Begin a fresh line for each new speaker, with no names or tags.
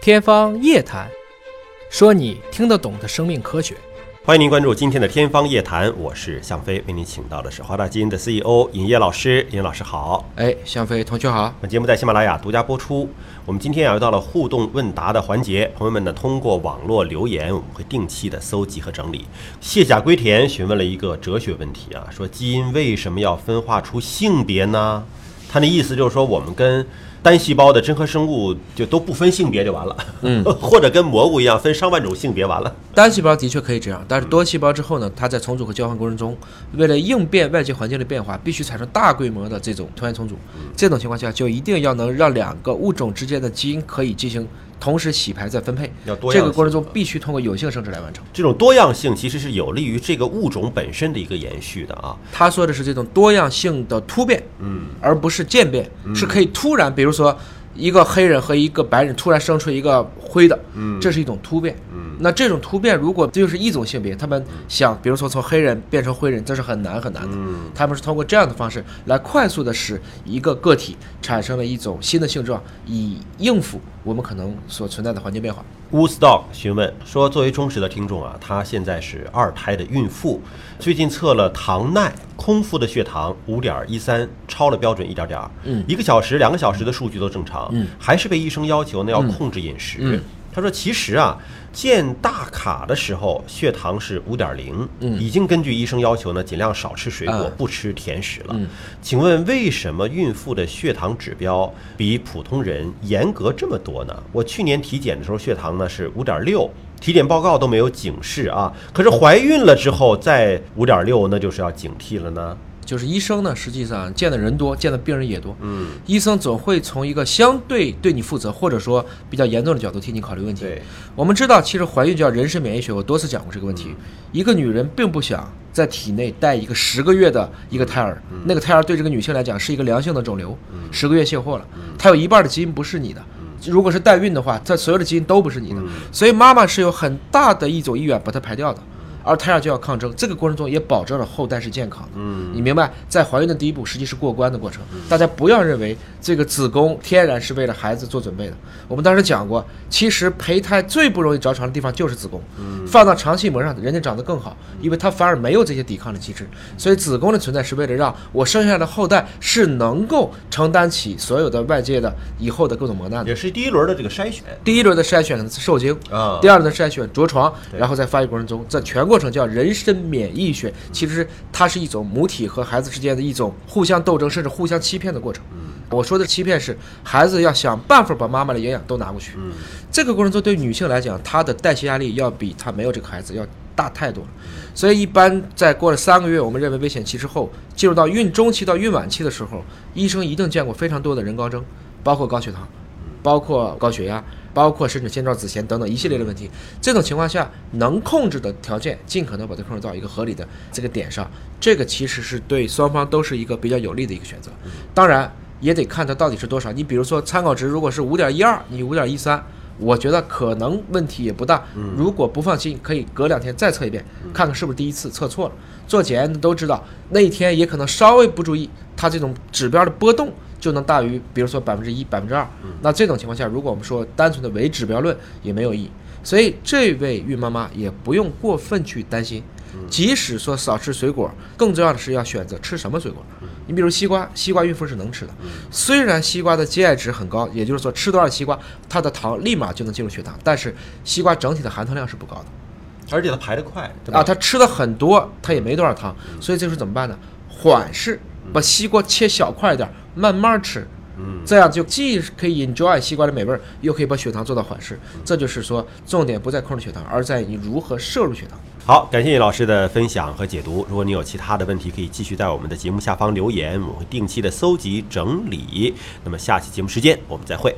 天方夜谭，说你听得懂的生命科学。
欢迎您关注今天的《天方夜谭》，我是向飞，为您请到的是华大基因的 CEO 尹烨老师。尹老师好，
哎，向飞同学好。
本节目在喜马拉雅独家播出。我们今天啊又到了互动问答的环节，朋友们呢通过网络留言，我们会定期的搜集和整理。卸甲归田询问了一个哲学问题啊，说基因为什么要分化出性别呢？他那意思就是说，我们跟单细胞的真核生物就都不分性别就完了， 嗯，或者跟蘑菇一样分上万种性别完了。
单细胞的确可以这样，但是多细胞之后呢，它在重组和交换过程中，为了应变外界环境的变化，必须产生大规模的这种突然重组。这种情况下，就一定要能让两个物种之间的基因可以进行同时洗牌再分配
要多。样
这个过程中
性
必须通过有性生殖来完成。
这种多样性其实是有利于这个物种本身的一个延续的啊。
他说的是这种多样性的突变，
嗯，
而不是渐变，是可以突然，比如说一个黑人和一个白人突然生出一个灰的，嗯，这是一种突变，嗯，那这种突变如果这就是一种性别，他们想，比如说从黑人变成灰人，这是很难很难的，嗯，他们是通过这样的方式来快速的使一个个体产生了一种新的性状，以应付我们可能所存在的环境变化。
Woodstock 询问说，作为忠实的听众啊，她现在是二胎的孕妇，最近测了糖耐，空腹的血糖五点一三，超了标准一点点儿，嗯，一个小时、两个小时的数据都正常，嗯，还是被医生要求呢要控制饮食。他说：“其实啊，建大卡的时候血糖是五点零，已经根据医生要求呢，尽量少吃水果，
啊
不吃甜食
嗯
了。请问为什么孕妇的血糖指标比普通人严格这么多呢？我去年体检的时候血糖呢是五点六，体检报告都没有警示啊。可是怀孕了之后再五点六，那就是要警惕了呢。
就是医生呢，实际上见的人多，见的病人也多。嗯，医生总会从一个相对对你负责，或者说比较严重的角度替你考虑问题。
对，
我们知道，其实怀孕叫人身免疫学，我多次讲过这个问题。一个女人并不想在体内带一个十个月的一个胎儿，那个胎儿对这个女性来讲是一个良性的肿瘤，十个月卸货了，它有一半的基因不是你的。如果是代孕的话，它所有的基因都不是你的，所以妈妈是有很大的一种意愿把它排掉的。而胎儿就要抗争，这个过程中也保证了后代是健康的。嗯，你明白，在怀孕的第一步实际是过关的过程。大家不要认为这个子宫天然是为了孩子做准备的。我们当时讲过，其实胚胎最不容易着床的地方就是子宫，放到肠系膜上，人家长得更好，因为它反而没有这些抵抗的机制。所以子宫的存在是为了让我生下来的后代是能够承担起所有的外界的以后的各种磨难的。
也是第一轮的这个筛选。
第一轮的筛选可能是受精
啊
第二轮的筛选着床，然后在发育过程中，这全过程叫人身免疫学，其实它是一种母体和孩子之间的一种互相斗争，甚至互相欺骗的过程。我说的欺骗是孩子要想办法把妈妈的营养都拿过去。这个过程中对女性来讲，她的代谢压力要比她没有这个孩子要大太多了。所以一般在过了三个月，我们认为危险期之后，进入到孕中期到孕晚期的时候，医生一定见过非常多的人高征，包括高血糖。包括高血压，包括甚至先兆子痫等等一系列的问题。这种情况下，能控制的条件，尽可能把它控制到一个合理的这个点上，这个其实是对双方都是一个比较有利的一个选择。当然，也得看它到底是多少。你比如说，参考值如果是五点一二，你五点一三。我觉得可能问题也不大，如果不放心，可以隔两天再测一遍，看看是不是第一次测错了。做检验的都知道，那一天也可能稍微不注意，它这种指标的波动就能大于，比如说百分之一、百分之二。那这种情况下，如果我们说单纯的唯指标论也没有意义，所以这位孕妈妈也不用过分去担心。即使说少吃水果，更重要的是要选择吃什么水果。你比如西瓜，西瓜孕妇是能吃的，虽然西瓜的 GI 值很高，也就是说吃多少西瓜，它的糖立马就能进入血糖，但是西瓜整体的含糖量是不高的。
而且它排得快，对吧
啊，他吃的很多，他也没多少糖，所以这时候怎么办呢？缓释，把西瓜切小块一点，慢慢吃。嗯，这样就既可以 enjoy 西瓜的美味儿，又可以把血糖做到缓释。这就是说，重点不在控制血糖，而在你如何摄入血糖。
好，感谢老师的分享和解读。如果你有其他的问题，可以继续在我们的节目下方留言，我们会定期的搜集整理。那么下期节目时间我们再会。